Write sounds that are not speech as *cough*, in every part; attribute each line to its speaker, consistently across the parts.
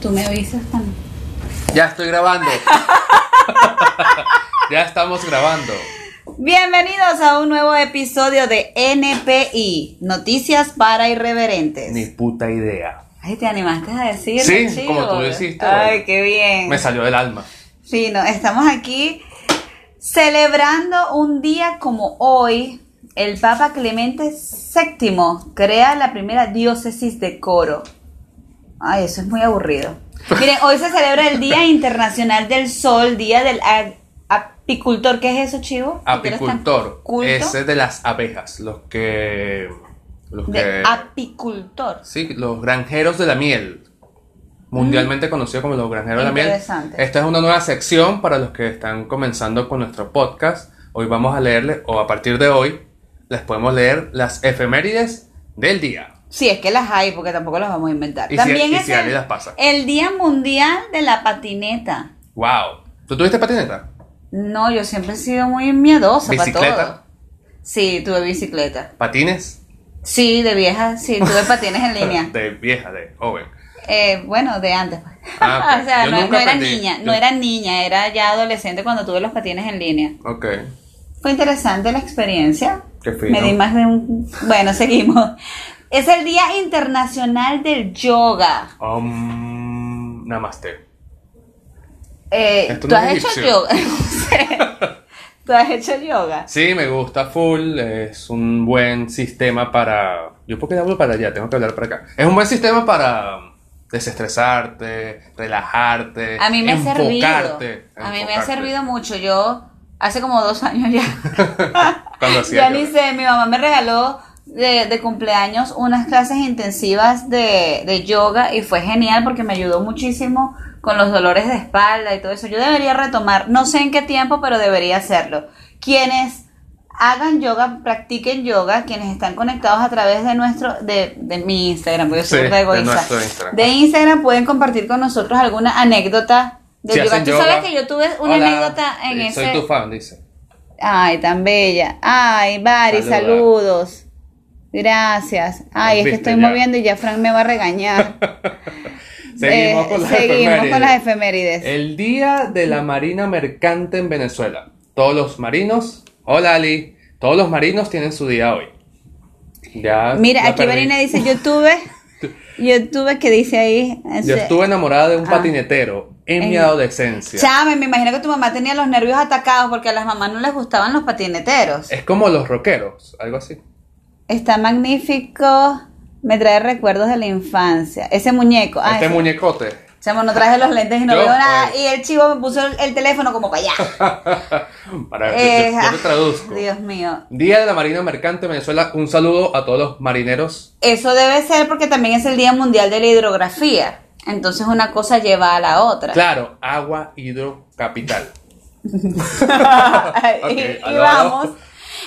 Speaker 1: Tú me avisas cuando.
Speaker 2: Ya estoy
Speaker 1: *laughs*
Speaker 2: grabando. ya estamos grabando.
Speaker 1: Bienvenidos a un nuevo episodio de NPI, Noticias para Irreverentes.
Speaker 2: Ni puta idea.
Speaker 1: Ay, te animaste a decirlo,
Speaker 2: Sí,
Speaker 1: chico?
Speaker 2: como tú deciste,
Speaker 1: Ay,
Speaker 2: bueno.
Speaker 1: qué bien.
Speaker 2: Me salió del alma.
Speaker 1: Eh. Sí, no, estamos aquí celebrando un día como hoy. El Papa Clemente VII crea la primera diócesis de coro. Ay, eso es muy aburrido. Miren, hoy se celebra el Día Internacional del Sol, Día del Ag- Apicultor. ¿Qué es eso, chivo? ¿Por qué eres tan
Speaker 2: Apicultor.
Speaker 1: culto?
Speaker 2: Ese de las abejas. Los que. Los que.
Speaker 1: De apicultor.
Speaker 2: Sí, los granjeros de la miel. Mundialmente conocido como los granjeros de la miel.
Speaker 1: Mm. Interesante.
Speaker 2: Esta es una nueva sección para los que están comenzando con nuestro podcast. Hoy vamos a leerle, o a partir de hoy, les podemos leer las efemérides del día.
Speaker 1: Sí, es que las hay porque tampoco las vamos a inventar.
Speaker 2: Y si-
Speaker 1: También
Speaker 2: y
Speaker 1: es
Speaker 2: si
Speaker 1: el,
Speaker 2: alguien las pasa.
Speaker 1: el Día Mundial de la Patineta.
Speaker 2: ¡Wow! ¿Tú tuviste patineta?
Speaker 1: No, yo siempre he sido muy miedosa para
Speaker 2: ¿Bicicleta?
Speaker 1: todo. Sí, tuve bicicleta.
Speaker 2: ¿Patines?
Speaker 1: Sí, de vieja, sí,
Speaker 2: *laughs*
Speaker 1: tuve patines en línea.
Speaker 2: De vieja, de joven.
Speaker 1: Eh, bueno, de antes. pues.
Speaker 2: Ah,
Speaker 1: *laughs*
Speaker 2: ok.
Speaker 1: o sea,
Speaker 2: Yo
Speaker 1: no,
Speaker 2: nunca
Speaker 1: no era
Speaker 2: aprendí.
Speaker 1: niña,
Speaker 2: Yo-
Speaker 1: no era niña, era ya adolescente cuando tuve los patines en línea.
Speaker 2: Ok.
Speaker 1: Fue interesante la experiencia.
Speaker 2: Qué fino.
Speaker 1: Me di más de un... Bueno, seguimos. Es el Día Internacional del Yoga.
Speaker 2: Um, namaste.
Speaker 1: Eh, ¿Tú
Speaker 2: Esto no
Speaker 1: has
Speaker 2: es
Speaker 1: hecho
Speaker 2: egipcio.
Speaker 1: yoga? *laughs* No sé.
Speaker 2: *laughs*
Speaker 1: ¿Tú has hecho yoga?
Speaker 2: Sí, me gusta full. Es un buen sistema para. Yo, ¿por qué hablo para allá? Tengo que hablar para acá. Es un buen sistema para desestresarte, relajarte,
Speaker 1: A mí me ha servido.
Speaker 2: enfocarte,
Speaker 1: A mí me ha
Speaker 2: enfocarte.
Speaker 1: servido mucho. Yo hace como dos años ya. *laughs*
Speaker 2: Cuando
Speaker 1: ya
Speaker 2: hacía yoga.
Speaker 1: ni sé, mi mamá me regaló de, de cumpleaños unas clases intensivas de, de yoga y fue genial porque me ayudó muchísimo con los dolores de espalda y todo eso. Yo debería retomar, no sé en qué tiempo, pero debería hacerlo. Quienes hagan yoga, practiquen yoga, quienes están conectados a través de nuestro, de, de mi Instagram, porque yo soy
Speaker 2: Sí,
Speaker 1: burda
Speaker 2: de
Speaker 1: egoísta.
Speaker 2: nuestro Instagram.
Speaker 1: De Instagram pueden compartir con nosotros alguna anécdota de
Speaker 2: Si
Speaker 1: yoga.
Speaker 2: hacen
Speaker 1: Tú
Speaker 2: yoga,
Speaker 1: sabes que yo tuve una
Speaker 2: hola,
Speaker 1: anécdota en
Speaker 2: eh,
Speaker 1: ese.
Speaker 2: Soy tu fan, dice.
Speaker 1: Ay, tan bella. Ay, Bari,
Speaker 2: Saluda.
Speaker 1: saludos. Gracias. Ay, es que
Speaker 2: Viste,
Speaker 1: estoy
Speaker 2: ya.
Speaker 1: moviendo y ya Frank me va a
Speaker 2: *laughs*
Speaker 1: regañar.
Speaker 2: Seguimos
Speaker 1: Eh,
Speaker 2: con las
Speaker 1: seguimos
Speaker 2: efemérides.
Speaker 1: con las efemérides.
Speaker 2: El día de la marina mercante en Venezuela. Todos los marinos, hola Ali, todos los marinos tienen su día hoy. Ya.
Speaker 1: Mira,
Speaker 2: la
Speaker 1: aquí
Speaker 2: perdí.
Speaker 1: Marina dice, yo tuve, yo tuve que dice ahí.
Speaker 2: Yo
Speaker 1: ese-
Speaker 2: estuve enamorada de un
Speaker 1: Ah.
Speaker 2: patinetero en mi
Speaker 1: Eh.
Speaker 2: adolescencia.
Speaker 1: Chame, me imagino que tu mamá tenía los nervios atacados porque a las mamás no les gustaban los patineteros.
Speaker 2: Es como los rockeros, algo así.
Speaker 1: Está magnífico. Me trae recuerdos de la infancia. Ese muñeco. Ah,
Speaker 2: este
Speaker 1: ese-
Speaker 2: muñecote.
Speaker 1: Chamo, no traje los lentes y no
Speaker 2: Yo, pues.
Speaker 1: veo nada.
Speaker 2: oye.
Speaker 1: Y el chivo me puso el, el teléfono como para allá.
Speaker 2: Para, yo-
Speaker 1: Eh,
Speaker 2: yo, yo te
Speaker 1: ah,
Speaker 2: traduzco.
Speaker 1: Dios mío.
Speaker 2: Día de la Marina Mercante en Venezuela. Un saludo a todos los marineros.
Speaker 1: Eso debe ser porque también es el Día Mundial de la Hidrografía. Entonces una cosa lleva a la otra. *laughs*
Speaker 2: Claro, agua hidrocapital.
Speaker 1: y,
Speaker 2: Ok,
Speaker 1: y
Speaker 2: aló,
Speaker 1: vamos.
Speaker 2: aló.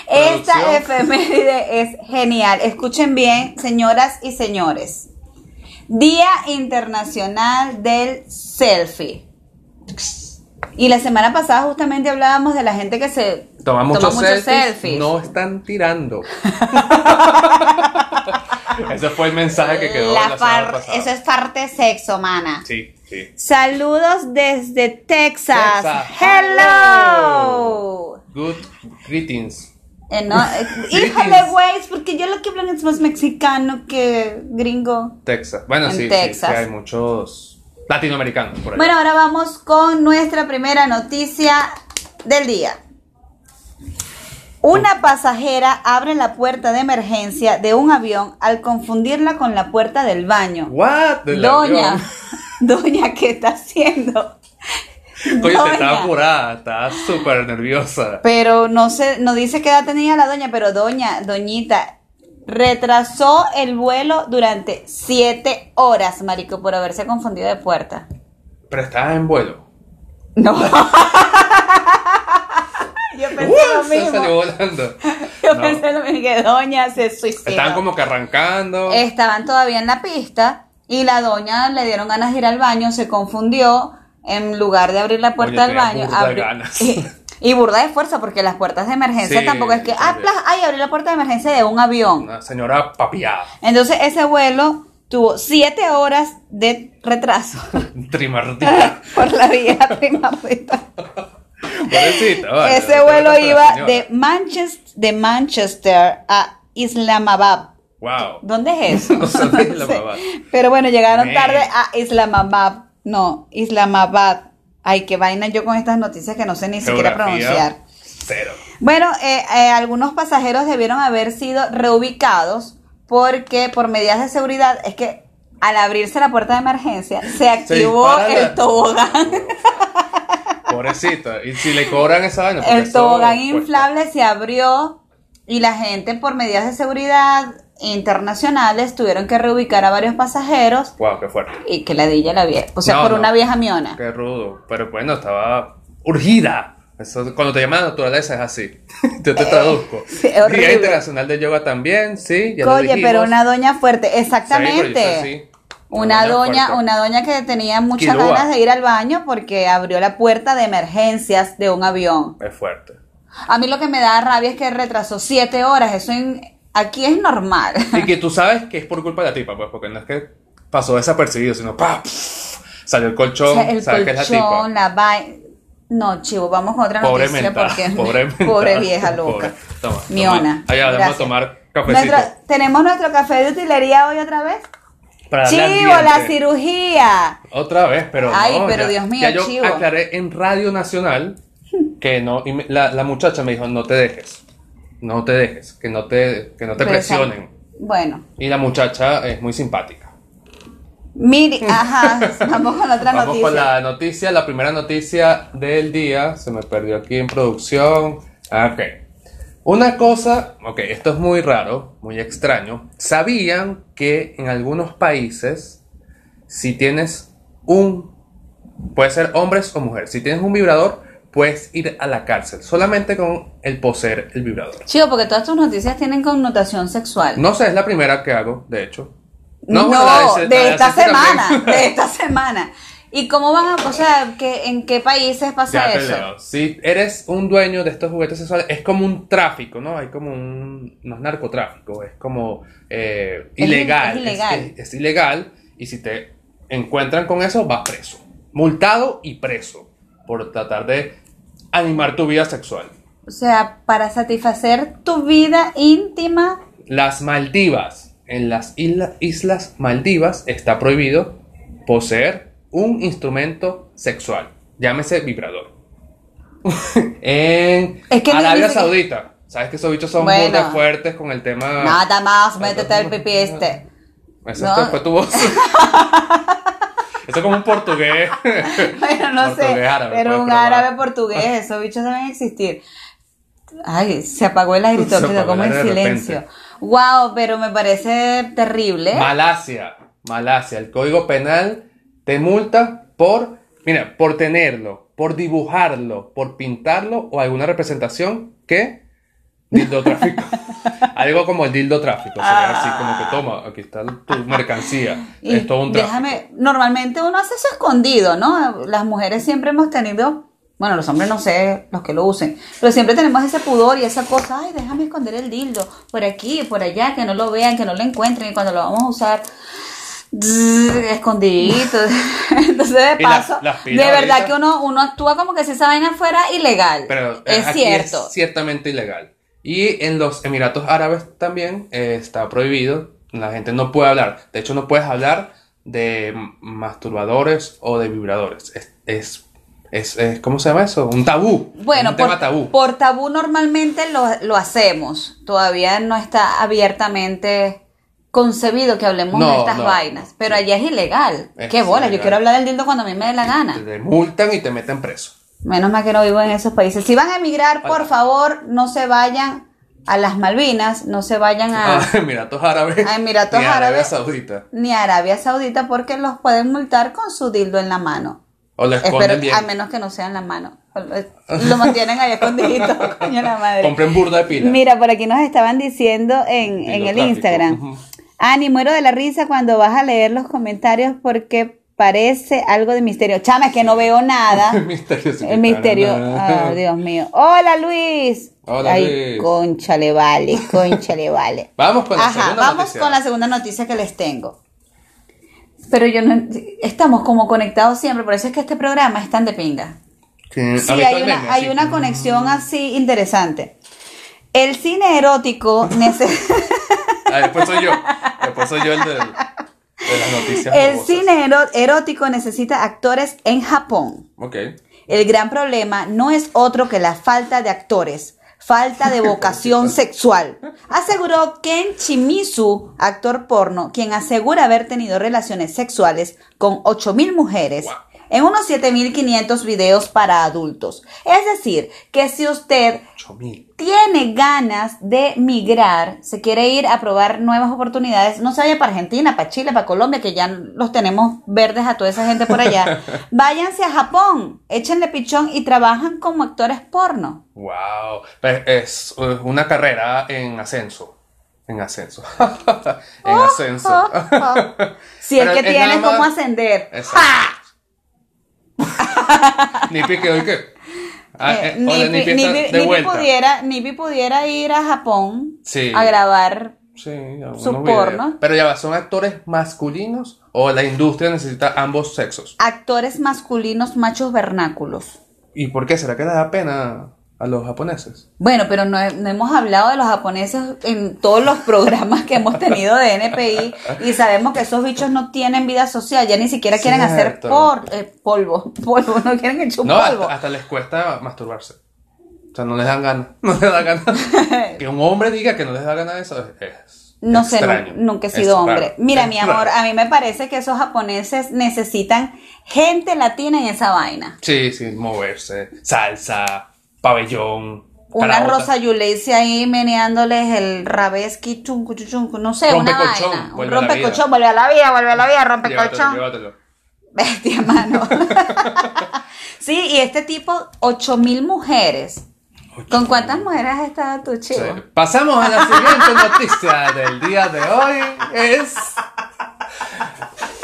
Speaker 1: Esta
Speaker 2: Producción.
Speaker 1: efeméride es genial. Escuchen bien, señoras y señores. Día Internacional del Selfie. Y la semana pasada justamente hablábamos de la gente que se
Speaker 2: Toma muchos
Speaker 1: muchos
Speaker 2: selfies, No están
Speaker 1: *laughs*
Speaker 2: tirando. Ese fue el mensaje que quedó
Speaker 1: La
Speaker 2: la, semana
Speaker 1: far-
Speaker 2: pasada.
Speaker 1: eso es parte sexo, mana.
Speaker 2: Sí, sí.
Speaker 1: Saludos desde Texas.
Speaker 2: Texas.
Speaker 1: Hello.
Speaker 2: Good greetings.
Speaker 1: Eh, no,
Speaker 2: *laughs*
Speaker 1: eh, híjole,
Speaker 2: Greetings.
Speaker 1: güey, es porque yo lo que hablan es más mexicano que gringo.
Speaker 2: Texas. Bueno,
Speaker 1: En
Speaker 2: sí, sí,
Speaker 1: Texas.
Speaker 2: sí, hay muchos latinoamericanos por ahí.
Speaker 1: Bueno, ahora vamos con nuestra primera noticia del día. Una pasajera abre la puerta de emergencia de un avión al confundirla con la puerta del baño.
Speaker 2: What? Del
Speaker 1: Doña,
Speaker 2: avión.
Speaker 1: *laughs* doña, ¿qué está haciendo?
Speaker 2: Oye,
Speaker 1: Doña.
Speaker 2: estaba apurada, estaba súper nerviosa.
Speaker 1: Pero no sé, no dice qué edad tenía la doña, pero doña, doñita, retrasó el vuelo durante siete horas, marico, por haberse confundido de puerta.
Speaker 2: Pero estaba en vuelo.
Speaker 1: No. *laughs* Yo pensé lo
Speaker 2: ¡Uh! Se
Speaker 1: mismo.
Speaker 2: salió volando.
Speaker 1: Yo
Speaker 2: No.
Speaker 1: pensé lo mismo que doña se suicidó.
Speaker 2: Estaban como que arrancando.
Speaker 1: Estaban todavía en la pista y la doña le dieron ganas de ir al baño, se confundió. En lugar de abrir la puerta
Speaker 2: Oye,
Speaker 1: del baño,
Speaker 2: tenía burda de
Speaker 1: abri-
Speaker 2: ganas.
Speaker 1: *laughs* Y, y burda de fuerza, porque las puertas de emergencia
Speaker 2: Sí,
Speaker 1: tampoco es que. Ah,
Speaker 2: también.
Speaker 1: plas, ay, abrí la puerta de emergencia de un avión.
Speaker 2: Una señora papiada. *laughs*
Speaker 1: Entonces, ese vuelo tuvo siete horas de retraso *laughs*
Speaker 2: Trimartita.
Speaker 1: por la
Speaker 2: *laughs*
Speaker 1: vía Trimartita.
Speaker 2: Pobrecita, Ah, vale,
Speaker 1: Ese
Speaker 2: no te
Speaker 1: vuelo
Speaker 2: metas con la
Speaker 1: iba
Speaker 2: señora.
Speaker 1: de Manchester, de Manchester a Islamabad.
Speaker 2: Wow.
Speaker 1: ¿Dónde es
Speaker 2: *laughs*
Speaker 1: eso?
Speaker 2: No
Speaker 1: *laughs*
Speaker 2: sé de Islamabad.
Speaker 1: Pero bueno, llegaron
Speaker 2: Man.
Speaker 1: tarde a Islamabad. No, Islamabad. Ay, qué vaina yo con estas noticias que no sé ni siquiera
Speaker 2: Geografía,
Speaker 1: pronunciar.
Speaker 2: Cero.
Speaker 1: Bueno, eh, eh, algunos pasajeros debieron haber sido reubicados porque por medidas de seguridad es que al abrirse la puerta de emergencia se activó
Speaker 2: dispara la-
Speaker 1: el
Speaker 2: *laughs*
Speaker 1: tobogán.
Speaker 2: Pobrecita. Y si le cobran esa vaina. porque
Speaker 1: El
Speaker 2: eso
Speaker 1: tobogán
Speaker 2: cuesta.
Speaker 1: inflable se abrió y la gente por medidas de seguridad internacionales tuvieron que reubicar a varios pasajeros
Speaker 2: Wow, qué fuerte.
Speaker 1: y que la dilla la vieja, o sea,
Speaker 2: No,
Speaker 1: por
Speaker 2: no.
Speaker 1: una vieja miona.
Speaker 2: Qué rudo. Pero bueno, estaba urgida. Eso, cuando te llama la naturaleza es así. *laughs* Yo
Speaker 1: *laughs*
Speaker 2: te traduzco.
Speaker 1: sí, es
Speaker 2: Día
Speaker 1: Eh, horrible.
Speaker 2: Internacional de Yoga también, sí. Ya lo
Speaker 1: Oye,
Speaker 2: dijimos.
Speaker 1: pero una doña fuerte, exactamente.
Speaker 2: Sí, pero yo soy
Speaker 1: Una
Speaker 2: así.
Speaker 1: doña,
Speaker 2: fuerte.
Speaker 1: una doña que tenía muchas
Speaker 2: Quilúa.
Speaker 1: ganas de ir al baño porque abrió la puerta de emergencias de un avión.
Speaker 2: Es fuerte.
Speaker 1: A mí lo que me da rabia es que retrasó siete horas, eso en- aquí es normal.
Speaker 2: Y que tú sabes que es por culpa de la tipa, pues, porque no es que pasó desapercibido, sino pa, pff, salió el colchón,
Speaker 1: *laughs* O sea, el
Speaker 2: sabes que es la tipa.
Speaker 1: colchón, la vaina. No, chivo, vamos con otra
Speaker 2: Pobre
Speaker 1: noticia
Speaker 2: mentada,
Speaker 1: porque
Speaker 2: *laughs* pobre
Speaker 1: *laughs*
Speaker 2: mentada.
Speaker 1: pobre vieja
Speaker 2: Pobre.
Speaker 1: loca.
Speaker 2: Toma, toma.
Speaker 1: Miona.
Speaker 2: Allá, vamos a
Speaker 1: Gracias.
Speaker 2: tomar cafecito.
Speaker 1: Nuestro- Tenemos nuestro café de utilería hoy otra vez.
Speaker 2: Para darle
Speaker 1: Chivo, la
Speaker 2: ambiente.
Speaker 1: cirugía.
Speaker 2: Otra vez, pero
Speaker 1: Ay,
Speaker 2: no,
Speaker 1: pero
Speaker 2: ya-
Speaker 1: Dios mío,
Speaker 2: ya yo
Speaker 1: chivo.
Speaker 2: aclaré en Radio Nacional que no, y me- la, la muchacha me dijo, no te dejes, no te dejes, que no te, que no te
Speaker 1: Reza-
Speaker 2: presionen.
Speaker 1: Bueno,
Speaker 2: Y la muchacha es muy simpática.
Speaker 1: mire, ajá, vamos con otra
Speaker 2: Vamos
Speaker 1: noticia.
Speaker 2: con la noticia, la primera noticia del día, se me perdió aquí en producción. Ah, Ok. Una cosa, ok, esto es muy raro, muy extraño. ¿Sabían que en algunos países, si tienes un Puede ser hombres o mujeres. Si tienes un vibrador, puedes ir a la cárcel solamente con el poseer el vibrador.
Speaker 1: Chivo, porque todas tus noticias tienen connotación sexual.
Speaker 2: No sé, es la primera que hago, de hecho.
Speaker 1: No,
Speaker 2: bueno, la
Speaker 1: de,
Speaker 2: la
Speaker 1: esta
Speaker 2: Ceci también.
Speaker 1: semana,
Speaker 2: *laughs*
Speaker 1: de esta semana. ¿Y cómo van a, o sea, que, en qué países pasa
Speaker 2: ya te
Speaker 1: eso?
Speaker 2: leo. Si eres un dueño de estos juguetes sexuales, es como un tráfico, ¿no? Hay como un. No es narcotráfico, es como. eh,
Speaker 1: Es
Speaker 2: ilegal.
Speaker 1: es ilegal.
Speaker 2: es- es ilegal. Y si te encuentran con eso, vas preso. Multado y preso. Por tratar de animar tu vida sexual.
Speaker 1: O sea, para satisfacer tu vida íntima.
Speaker 2: Las Maldivas. En las isla- islas Maldivas está prohibido poseer un instrumento sexual. Llámese vibrador. *laughs* en
Speaker 1: Es que ni-
Speaker 2: Arabia
Speaker 1: ni siquiera-
Speaker 2: Saudita. Sabes que esos bichos son
Speaker 1: Bueno.
Speaker 2: burda fuertes con el tema.
Speaker 1: Nada más,
Speaker 2: Nada
Speaker 1: métete
Speaker 2: más.
Speaker 1: el pipí este.
Speaker 2: Eso
Speaker 1: No.
Speaker 2: fue
Speaker 1: *laughs*
Speaker 2: tu voz. Eso es como un portugués.
Speaker 1: *laughs* Bueno, no sé,
Speaker 2: Portugués, árabe, pues,
Speaker 1: pero
Speaker 2: puedes
Speaker 1: un
Speaker 2: probar.
Speaker 1: árabe
Speaker 2: *laughs*
Speaker 1: portugués, esos bichos deben existir. Ay, se apagó el aire y
Speaker 2: Se
Speaker 1: todo, quedó
Speaker 2: apagó
Speaker 1: como
Speaker 2: el
Speaker 1: en
Speaker 2: aire de
Speaker 1: silencio.
Speaker 2: repente.
Speaker 1: Wow, pero me parece terrible.
Speaker 2: Malasia, Malasia, el código penal te multa por, mira, por tenerlo, por dibujarlo, por pintarlo o alguna representación que dildo tráfico. Algo como el dildo tráfico, sería así como que toma, aquí está tu mercancía,
Speaker 1: Y
Speaker 2: es todo un tráfico.
Speaker 1: déjame, normalmente uno hace eso escondido, ¿no? Las mujeres siempre hemos tenido, bueno, los hombres no sé los que lo usen, pero siempre tenemos ese pudor y esa cosa, ay, déjame esconder el dildo por aquí, por allá, que no lo vean, que no lo encuentren y cuando lo vamos a usar zzz,
Speaker 2: *laughs*
Speaker 1: escondidito. *laughs* Entonces, de
Speaker 2: Y las-
Speaker 1: paso,
Speaker 2: las
Speaker 1: de
Speaker 2: pilas
Speaker 1: verdad
Speaker 2: ahorita.
Speaker 1: que uno uno actúa como que si esa vaina fuera ilegal.
Speaker 2: Pero eh,
Speaker 1: es
Speaker 2: aquí
Speaker 1: cierto.
Speaker 2: Es ciertamente ilegal. Y en los Emiratos Árabes también eh, está prohibido. La gente no puede hablar. De hecho, no puedes hablar de m- masturbadores o de vibradores. Es, es, es- es- ¿cómo se llama eso? Un tabú.
Speaker 1: Bueno,
Speaker 2: Es un
Speaker 1: por,
Speaker 2: tema tabú.
Speaker 1: por tabú normalmente lo, lo hacemos. Todavía no está abiertamente concebido que hablemos de
Speaker 2: No,
Speaker 1: estas
Speaker 2: no.
Speaker 1: vainas. Pero allá es ilegal.
Speaker 2: Es
Speaker 1: Qué bola, yo
Speaker 2: ilegal.
Speaker 1: quiero hablar del dildo cuando a mí me dé la gana.
Speaker 2: Te multan y te meten preso.
Speaker 1: Menos mal que no vivo en esos países. Si van a emigrar, por
Speaker 2: Vale.
Speaker 1: favor, no se vayan a las Malvinas, no se vayan a,
Speaker 2: A *laughs* Emiratos Árabes.
Speaker 1: A Emiratos
Speaker 2: y a Arabia
Speaker 1: Árabes.
Speaker 2: Saudita.
Speaker 1: ni a Arabia Saudita porque los pueden multar con su dildo en la mano.
Speaker 2: O lo esconden
Speaker 1: Espero,
Speaker 2: bien.
Speaker 1: a menos que no sea en la mano. Lo mantienen ahí escondidito, *laughs* coño la madre.
Speaker 2: *laughs* Compren burda de pila.
Speaker 1: Mira, por aquí nos estaban diciendo en,
Speaker 2: Dildo
Speaker 1: en el
Speaker 2: tráfico,
Speaker 1: Instagram.
Speaker 2: ujú.
Speaker 1: Ani, muero de la risa cuando vas a leer los comentarios porque parece algo de misterio. Chama, es que no veo nada.
Speaker 2: *laughs* El *laughs* misterio. sin
Speaker 1: El misterio.
Speaker 2: cara,
Speaker 1: Ah,
Speaker 2: no.
Speaker 1: Dios mío. Hola, Luis.
Speaker 2: Hola,
Speaker 1: Ay,
Speaker 2: Luis.
Speaker 1: concha le vale, concha le vale.
Speaker 2: Vamos *laughs* con la
Speaker 1: Ajá,
Speaker 2: segunda
Speaker 1: vamos
Speaker 2: noticia.
Speaker 1: con la segunda noticia que les tengo. Pero yo no. Estamos como conectados siempre, por eso es que este programa es tan de pinga.
Speaker 2: Que
Speaker 1: Sí, hay
Speaker 2: Mm, habitualmente,
Speaker 1: una, hay
Speaker 2: sí.
Speaker 1: una conexión así interesante. El cine
Speaker 2: *laughs*
Speaker 1: erótico necesita.
Speaker 2: Ah, después soy yo. Después soy yo el del- de las noticias.
Speaker 1: El
Speaker 2: morbosas.
Speaker 1: cine ero- erótico necesita actores en Japón.
Speaker 2: Ok.
Speaker 1: El gran problema no es otro que la falta de actores, falta
Speaker 2: *laughs*
Speaker 1: de vocación sexual, aseguró Ken Shimizu, actor porno, quien asegura haber tenido relaciones sexuales con 8.000 mujeres
Speaker 2: Wow.
Speaker 1: en unos 7.500 videos para adultos. Es decir, que si usted
Speaker 2: 8000.
Speaker 1: tiene ganas de migrar, se quiere ir a probar nuevas oportunidades, no se vaya para Argentina, para Chile, para Colombia, que ya los tenemos verdes a toda esa gente por
Speaker 2: *laughs*
Speaker 1: allá, váyanse a Japón, échenle pichón y trabajan como actores porno.
Speaker 2: Wow. Pues Es eh, una carrera en ascenso. En ascenso. *laughs* en ascenso. *laughs*
Speaker 1: si es
Speaker 2: Pero
Speaker 1: que
Speaker 2: es
Speaker 1: tienes
Speaker 2: nada más-
Speaker 1: cómo ascender.
Speaker 2: Exacto. Ni pique hoy que. Ah, eh,
Speaker 1: Eh,
Speaker 2: hola,
Speaker 1: Nipi-
Speaker 2: Nipi está
Speaker 1: Nipi-
Speaker 2: de
Speaker 1: Nipi
Speaker 2: vuelta.
Speaker 1: pudiera, Nipi pudiera ir a Japón
Speaker 2: Sí.
Speaker 1: a grabar.
Speaker 2: Sí, algunos
Speaker 1: Su
Speaker 2: videos.
Speaker 1: porno.
Speaker 2: Pero ya va, ¿son actores masculinos o la industria necesita ambos sexos?
Speaker 1: Actores masculinos machos vernáculos.
Speaker 2: ¿Y por qué? ¿Será que les da pena a los japoneses?
Speaker 1: Bueno, pero no, he- no hemos hablado de los japoneses en todos los programas que hemos tenido de NPI y sabemos que esos bichos no tienen vida social, ya ni siquiera quieren hacer
Speaker 2: Cierto.
Speaker 1: por, eh, polvo, *laughs* polvo, no quieren echar un
Speaker 2: No,
Speaker 1: polvo.
Speaker 2: hasta, hasta les cuesta masturbarse. O sea, no les dan ganas. *laughs* No les
Speaker 1: *laughs*
Speaker 2: da ganas. que un hombre diga que no les da ganas de eso es. es
Speaker 1: No sé,
Speaker 2: extraño.
Speaker 1: nu- nunca he
Speaker 2: Es
Speaker 1: sido
Speaker 2: raro.
Speaker 1: hombre. Mira,
Speaker 2: Es
Speaker 1: mi amor, ah.
Speaker 2: raro.
Speaker 1: a mí me parece que esos japoneses necesitan gente latina en esa vaina.
Speaker 2: Sí, sí, moverse. Salsa, pabellón.
Speaker 1: Una
Speaker 2: caraota.
Speaker 1: Rosa Yuleisi ahí meneándoles el rabeski, chuncu, chuncu, no sé, una
Speaker 2: Rompecolchón,
Speaker 1: vaina. Un
Speaker 2: vuelve a la vida.
Speaker 1: rompecolchón, vuelve a la vida, vuelve a la vida,
Speaker 2: Llévatelo,
Speaker 1: rompecolchón.
Speaker 2: llévatelo.
Speaker 1: Bestia, mano. *laughs* sí, y este tipo, 8000 mujeres. ¿Con cuántas mujeres has estado tú,
Speaker 2: Sí.
Speaker 1: chico?
Speaker 2: Pasamos a la siguiente noticia del día de hoy. Es.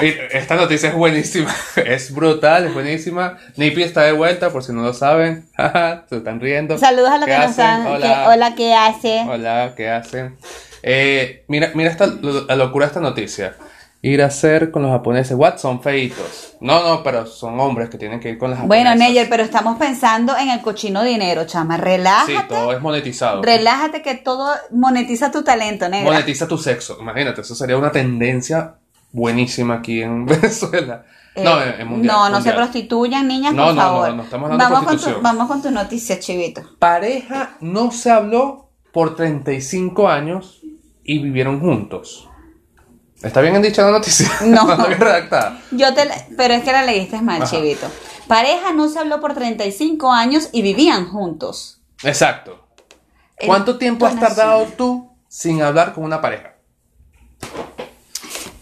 Speaker 2: Y Esta noticia es buenísima. *laughs* Es brutal, es buenísima. Nipi está de vuelta, por si no lo saben. *laughs* Se están riendo.
Speaker 1: Saludos a los
Speaker 2: ¿Qué
Speaker 1: que nos
Speaker 2: hacen?
Speaker 1: están.
Speaker 2: Hola.
Speaker 1: que- hola, ¿qué hace?
Speaker 2: Hola, ¿qué hacen? Eh, mira, mira esta lo- la locura de esta noticia. Ir a hacer con los japoneses. What? Son feitos. No, no, pero son hombres que tienen que ir con las
Speaker 1: Bueno,
Speaker 2: japonesas.
Speaker 1: Neyer, pero estamos pensando en el cochino dinero, chama. Relájate.
Speaker 2: Sí, todo es monetizado.
Speaker 1: Relájate que todo monetiza tu talento, negra.
Speaker 2: Monetiza tu sexo. Imagínate, eso sería una tendencia buenísima aquí en *laughs* Venezuela. no,
Speaker 1: Eh,
Speaker 2: en, en mundial.
Speaker 1: no, no se
Speaker 2: mundial.
Speaker 1: prostituyan, niñas,
Speaker 2: No,
Speaker 1: por
Speaker 2: no, no,
Speaker 1: favor.
Speaker 2: no, estamos hablando de
Speaker 1: vamos, con tu,
Speaker 2: prostitución.
Speaker 1: vamos con tu noticia, chivito.
Speaker 2: Pareja no se habló por 35 años y vivieron juntos. ¿Está bien dicha la noticia?
Speaker 1: *laughs* No.
Speaker 2: *laughs* Está bien redactada.
Speaker 1: Yo te la- pero es que la leíste mal,
Speaker 2: Ajá.
Speaker 1: chivito. Pareja no se habló por 35 años y vivían juntos.
Speaker 2: Exacto.
Speaker 1: El-
Speaker 2: ¿Cuánto tiempo has
Speaker 1: Donación.
Speaker 2: tardado tú sin hablar con una pareja?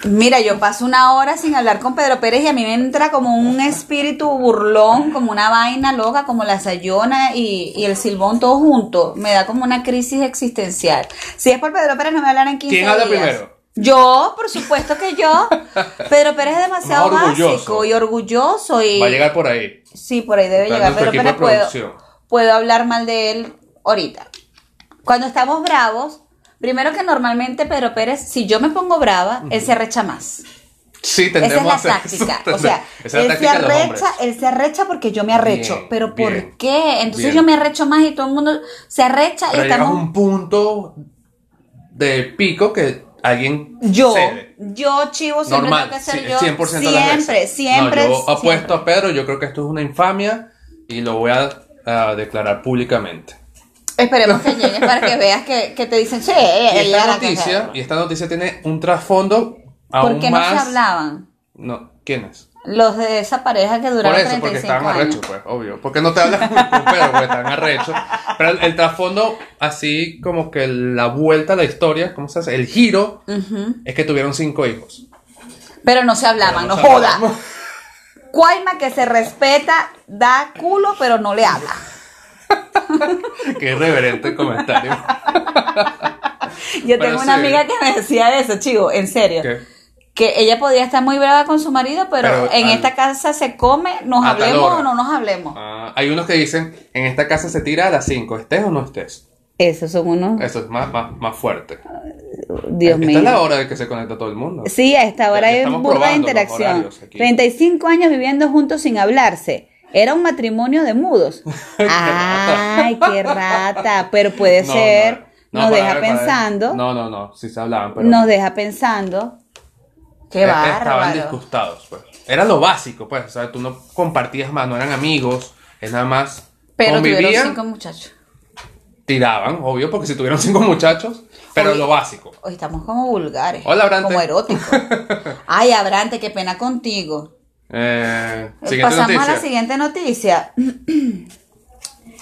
Speaker 1: Mira, yo paso una hora sin hablar con Pedro Pérez y a mí me entra como un espíritu burlón, como una vaina loca, como la sayona y, y el silbón todo junto. Me da como una crisis existencial. Si es por Pedro Pérez, no me hablarán en 15
Speaker 2: ¿Quién habla
Speaker 1: días.
Speaker 2: primero?
Speaker 1: Yo, por supuesto que
Speaker 2: *laughs*
Speaker 1: yo. Pedro Pérez es demasiado
Speaker 2: Más orgulloso.
Speaker 1: básico y orgulloso y...
Speaker 2: Va a llegar por ahí.
Speaker 1: Sí, por ahí debe
Speaker 2: Está
Speaker 1: llegar,
Speaker 2: nuestro
Speaker 1: pero, pero
Speaker 2: equipo de producción.
Speaker 1: puedo, puedo hablar mal de él ahorita. Cuando estamos bravos, primero que normalmente Pedro Pérez, si yo me pongo brava, él se arrecha más.
Speaker 2: Sí,
Speaker 1: Esa es
Speaker 2: tendremos
Speaker 1: la táctica. O sea,
Speaker 2: *laughs* esa es
Speaker 1: él
Speaker 2: la
Speaker 1: se
Speaker 2: táctica de los hombres.
Speaker 1: arrecha, él se arrecha porque yo me arrecho.
Speaker 2: Bien,
Speaker 1: pero
Speaker 2: bien,
Speaker 1: ¿por qué? Entonces
Speaker 2: bien.
Speaker 1: yo me arrecho más y todo el mundo se arrecha
Speaker 2: Pero
Speaker 1: y
Speaker 2: llegamos a
Speaker 1: estamos.
Speaker 2: un punto de pico que alguien
Speaker 1: Yo,
Speaker 2: cede.
Speaker 1: yo chivo siempre
Speaker 2: Normal,
Speaker 1: tengo que ser
Speaker 2: sí,
Speaker 1: yo.
Speaker 2: 100% de las
Speaker 1: siempre,
Speaker 2: veces.
Speaker 1: siempre.
Speaker 2: No, yo apuesto
Speaker 1: siempre.
Speaker 2: a Pedro, yo creo que esto es una infamia y lo voy a, a declarar públicamente.
Speaker 1: Esperemos que llegues para que veas que, que te dicen, sí,
Speaker 2: *laughs* Y esta
Speaker 1: ella la que
Speaker 2: noticia,
Speaker 1: sea".
Speaker 2: y esta noticia tiene un trasfondo aún
Speaker 1: ¿Por qué no
Speaker 2: más...
Speaker 1: se hablaban?
Speaker 2: No, ¿quién es?
Speaker 1: Los de esa pareja que duraron
Speaker 2: Por eso, porque
Speaker 1: 35
Speaker 2: estaban
Speaker 1: años.
Speaker 2: arrechos, pues, obvio. Porque no te hablas con Pedro, porque estaban arrechos. Pero el, el trasfondo, así como que la vuelta a la historia, ¿cómo se hace? El giro, es que tuvieron cinco hijos.
Speaker 1: Pero no se hablaban, Ah, no,
Speaker 2: Pero
Speaker 1: joda.
Speaker 2: sabemos.
Speaker 1: Cuaima que se respeta, da culo, pero no le
Speaker 2: *laughs*
Speaker 1: habla.
Speaker 2: *laughs* Qué irreverente
Speaker 1: *laughs*
Speaker 2: el comentario.
Speaker 1: Yo
Speaker 2: Bueno,
Speaker 1: tengo una
Speaker 2: sí.
Speaker 1: amiga que me decía eso, chivo, en serio.
Speaker 2: ¿Qué?
Speaker 1: Que ella podía estar muy brava con su marido, pero,
Speaker 2: Pero
Speaker 1: en
Speaker 2: al-
Speaker 1: esta casa se come, nos
Speaker 2: a tal
Speaker 1: hablemos
Speaker 2: hora.
Speaker 1: o no nos hablemos.
Speaker 2: Ah, hay unos que dicen, en esta casa se tira a las cinco, estés o no estés.
Speaker 1: Esos son unos.
Speaker 2: Eso es más, más, más fuerte.
Speaker 1: Dios
Speaker 2: Esta
Speaker 1: mío.
Speaker 2: es la hora de que se conecta todo el mundo.
Speaker 1: Sí, a esta hora
Speaker 2: Ya- ya
Speaker 1: hay
Speaker 2: estamos
Speaker 1: burda de
Speaker 2: probando los
Speaker 1: interacción.
Speaker 2: horarios aquí.
Speaker 1: 35 años viviendo juntos sin hablarse. Era un matrimonio de
Speaker 2: *laughs*
Speaker 1: mudos. Ay, qué rata. Pero puede
Speaker 2: No,
Speaker 1: ser.
Speaker 2: no, no,
Speaker 1: nos
Speaker 2: para
Speaker 1: deja
Speaker 2: ver, para ver.
Speaker 1: pensando.
Speaker 2: No, no, no, sí se hablaban, pero
Speaker 1: Nos deja pensando. Qué
Speaker 2: e- estaban
Speaker 1: bárbaro.
Speaker 2: disgustados. Pues. Era lo básico, pues, o sea, tú no compartías más, no eran amigos, es nada más
Speaker 1: Pero tuvieron
Speaker 2: convivían,
Speaker 1: cinco muchachos.
Speaker 2: tiraban, obvio, porque si tuvieron cinco muchachos, pero
Speaker 1: Oye.
Speaker 2: lo básico.
Speaker 1: Hoy estamos como vulgares.
Speaker 2: Hola, Abrante.
Speaker 1: Como
Speaker 2: *laughs*
Speaker 1: eróticos. Ay, Abrante, qué pena contigo.
Speaker 2: Eh, siguiente
Speaker 1: Pasamos a
Speaker 2: noticia.
Speaker 1: la siguiente noticia. *clears throat*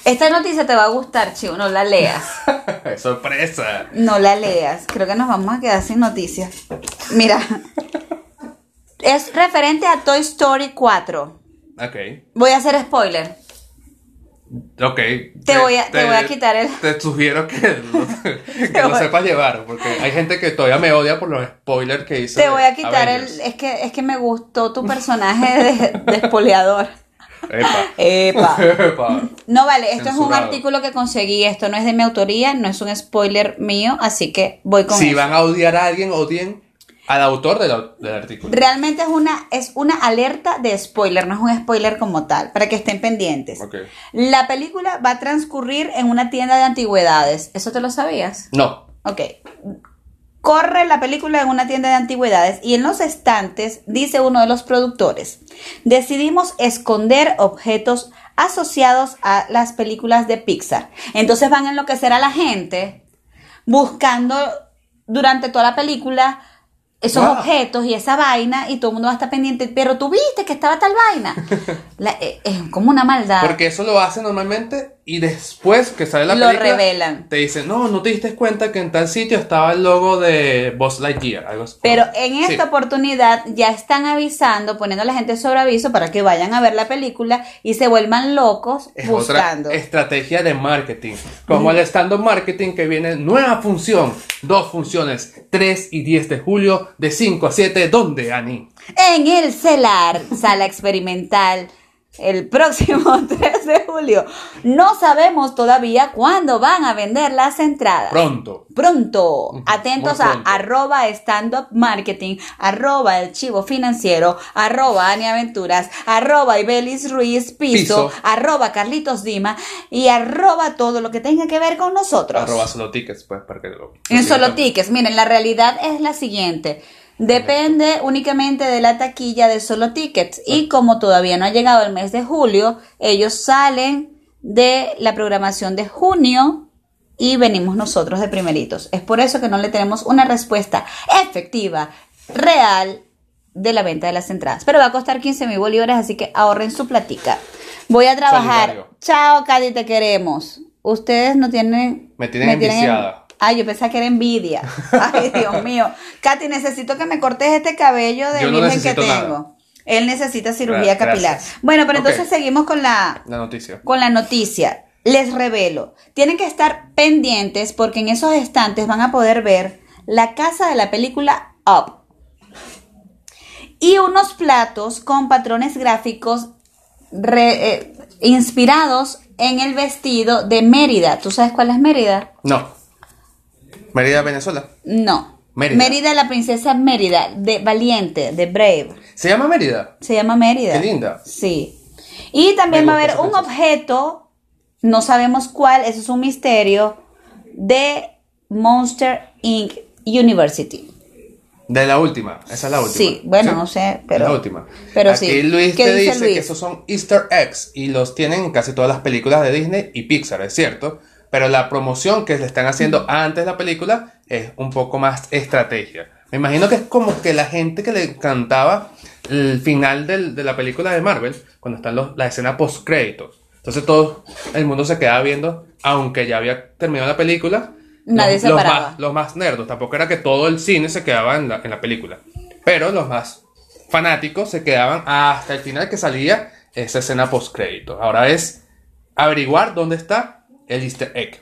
Speaker 1: Esta noticia te va a gustar, chivo. No la leas.
Speaker 2: *laughs* Sorpresa.
Speaker 1: No la leas. Creo que nos vamos a quedar sin noticias. Mira. Es referente a Toy Story 4.
Speaker 2: Ok,
Speaker 1: Voy a hacer spoiler.
Speaker 2: ok.
Speaker 1: voy a- te voy a quitar el-
Speaker 2: Te sugiero que, lo- *laughs* que
Speaker 1: *laughs* Te
Speaker 2: lo
Speaker 1: voy-
Speaker 2: sepas llevar, porque hay gente que todavía me odia por los spoilers que hice.
Speaker 1: Te
Speaker 2: de
Speaker 1: voy a quitar el.
Speaker 2: Avengers.
Speaker 1: Es que, es que me gustó tu personaje de, de espoleador. Epa.
Speaker 2: Epa. *laughs* Epa.
Speaker 1: No vale, esto es
Speaker 2: Censurado.
Speaker 1: un artículo que conseguí. Esto no es de mi autoría, no es un spoiler mío, así que voy con
Speaker 2: si
Speaker 1: eso.
Speaker 2: van a odiar a alguien, odien al autor del, au- del artículo.
Speaker 1: Realmente es una, es una alerta de spoiler, no es un spoiler como tal, para que estén pendientes.
Speaker 2: Ok.
Speaker 1: La película va a transcurrir en una tienda de antigüedades. ¿Eso te lo sabías?
Speaker 2: No.
Speaker 1: Ok. Corre la película en una tienda de antigüedades y en los estantes, dice uno de los productores, decidimos esconder objetos asociados a las películas de Pixar. Entonces van a enloquecer a la gente buscando durante toda la película esos
Speaker 2: Wow.
Speaker 1: objetos y esa vaina y todo el mundo va a estar pendiente, pero tú viste que estaba tal vaina. La- eh, es como una maldad.
Speaker 2: Porque eso lo hacen normalmente y después que sale la
Speaker 1: Ah. Lo
Speaker 2: película.
Speaker 1: revelan.
Speaker 2: Te dicen, no, no te diste cuenta que en tal sitio estaba el logo de Buzz Lightyear. Algo así.
Speaker 1: Pero en
Speaker 2: Ah, Sí.
Speaker 1: esta oportunidad ya están avisando, poniendo a la gente sobre aviso para que vayan a ver la película y se vuelvan locos
Speaker 2: Es
Speaker 1: buscando.
Speaker 2: otra estrategia de marketing. Como el stand-up marketing que viene nueva función, dos funciones, 3 y 10 de julio, de 5 a 7. ¿Dónde, Ani?
Speaker 1: En el CELAR, *laughs* sala experimental, el próximo *laughs* 3 de julio. No sabemos todavía cuándo van a vender las entradas.
Speaker 2: Pronto.
Speaker 1: Pronto, atentos
Speaker 2: muy
Speaker 1: a
Speaker 2: pronto.
Speaker 1: arroba stand up marketing, arroba el chivo financiero, arroba Ani Aventuras, arroba Ibelis Ruiz Piso,
Speaker 2: Piso.
Speaker 1: arroba Carlitos Dima y arroba todo lo que tenga que ver con nosotros.
Speaker 2: Arroba solo tickets, pues, para que lo.
Speaker 1: En solo
Speaker 2: lo-
Speaker 1: tickets, miren, la realidad es la siguiente. Depende únicamente de la taquilla de solo tickets y como todavía no ha llegado el mes de julio, ellos salen de la programación de junio y venimos nosotros de primeritos. Es por eso que no le tenemos una respuesta efectiva, real, de la venta de las entradas. Pero va a costar 15 mil bolívares, así que ahorren su platica. Voy a trabajar.
Speaker 2: Solidario.
Speaker 1: Chao, Cali, te queremos. Ustedes no tienen
Speaker 2: Me tienen enviciada.
Speaker 1: Ay, yo pensaba que era envidia.
Speaker 2: *laughs*
Speaker 1: Ay, Dios mío. Katy, necesito que me cortes este cabello de
Speaker 2: Yo no
Speaker 1: virgen que
Speaker 2: necesito
Speaker 1: tengo.
Speaker 2: nada.
Speaker 1: Él necesita cirugía
Speaker 2: Gra-
Speaker 1: capilar.
Speaker 2: gracias.
Speaker 1: Bueno, pero
Speaker 2: Ok.
Speaker 1: entonces seguimos con la,
Speaker 2: La noticia.
Speaker 1: con la noticia. Les revelo. Tienen que estar pendientes porque en esos estantes van a poder ver la casa de la película Up. Y unos platos con patrones gráficos re- eh, inspirados en el vestido de Mérida. ¿Tú sabes cuál es Mérida?
Speaker 2: No. Mérida, Venezuela.
Speaker 1: No.
Speaker 2: Mérida.
Speaker 1: la princesa Mérida, de Valiente, de Brave.
Speaker 2: ¿Se llama Mérida?
Speaker 1: Se llama Mérida.
Speaker 2: Qué linda.
Speaker 1: Sí. Y también
Speaker 2: Me
Speaker 1: va a haber
Speaker 2: gusta esa
Speaker 1: un
Speaker 2: princesa.
Speaker 1: objeto, no sabemos cuál, eso es un misterio, de Monster Inc. University.
Speaker 2: De la última. Esa es la última.
Speaker 1: Sí, bueno, no sé, pero-
Speaker 2: Es la última.
Speaker 1: pero
Speaker 2: Aquí
Speaker 1: sí.
Speaker 2: Luis
Speaker 1: ¿Qué
Speaker 2: te
Speaker 1: dice
Speaker 2: dice,
Speaker 1: Luis?
Speaker 2: que esos son Easter eggs y los tienen en casi todas las películas de Disney y Pixar, es cierto. Pero la promoción que le están haciendo antes de la película es un poco más estrategia. Me imagino que es como que la gente que le encantaba el final del- de la película de Marvel, cuando están los, la escena post-créditos. Entonces todo el mundo se quedaba viendo, aunque ya había terminado la película.
Speaker 1: Nadie
Speaker 2: los,
Speaker 1: se
Speaker 2: los
Speaker 1: paraba.
Speaker 2: más- los más nerdos. Tampoco era que todo el cine se quedaba en la, en la película. Pero los más fanáticos se quedaban hasta el final que salía esa escena post-crédito. Ahora es averiguar dónde está el easter egg.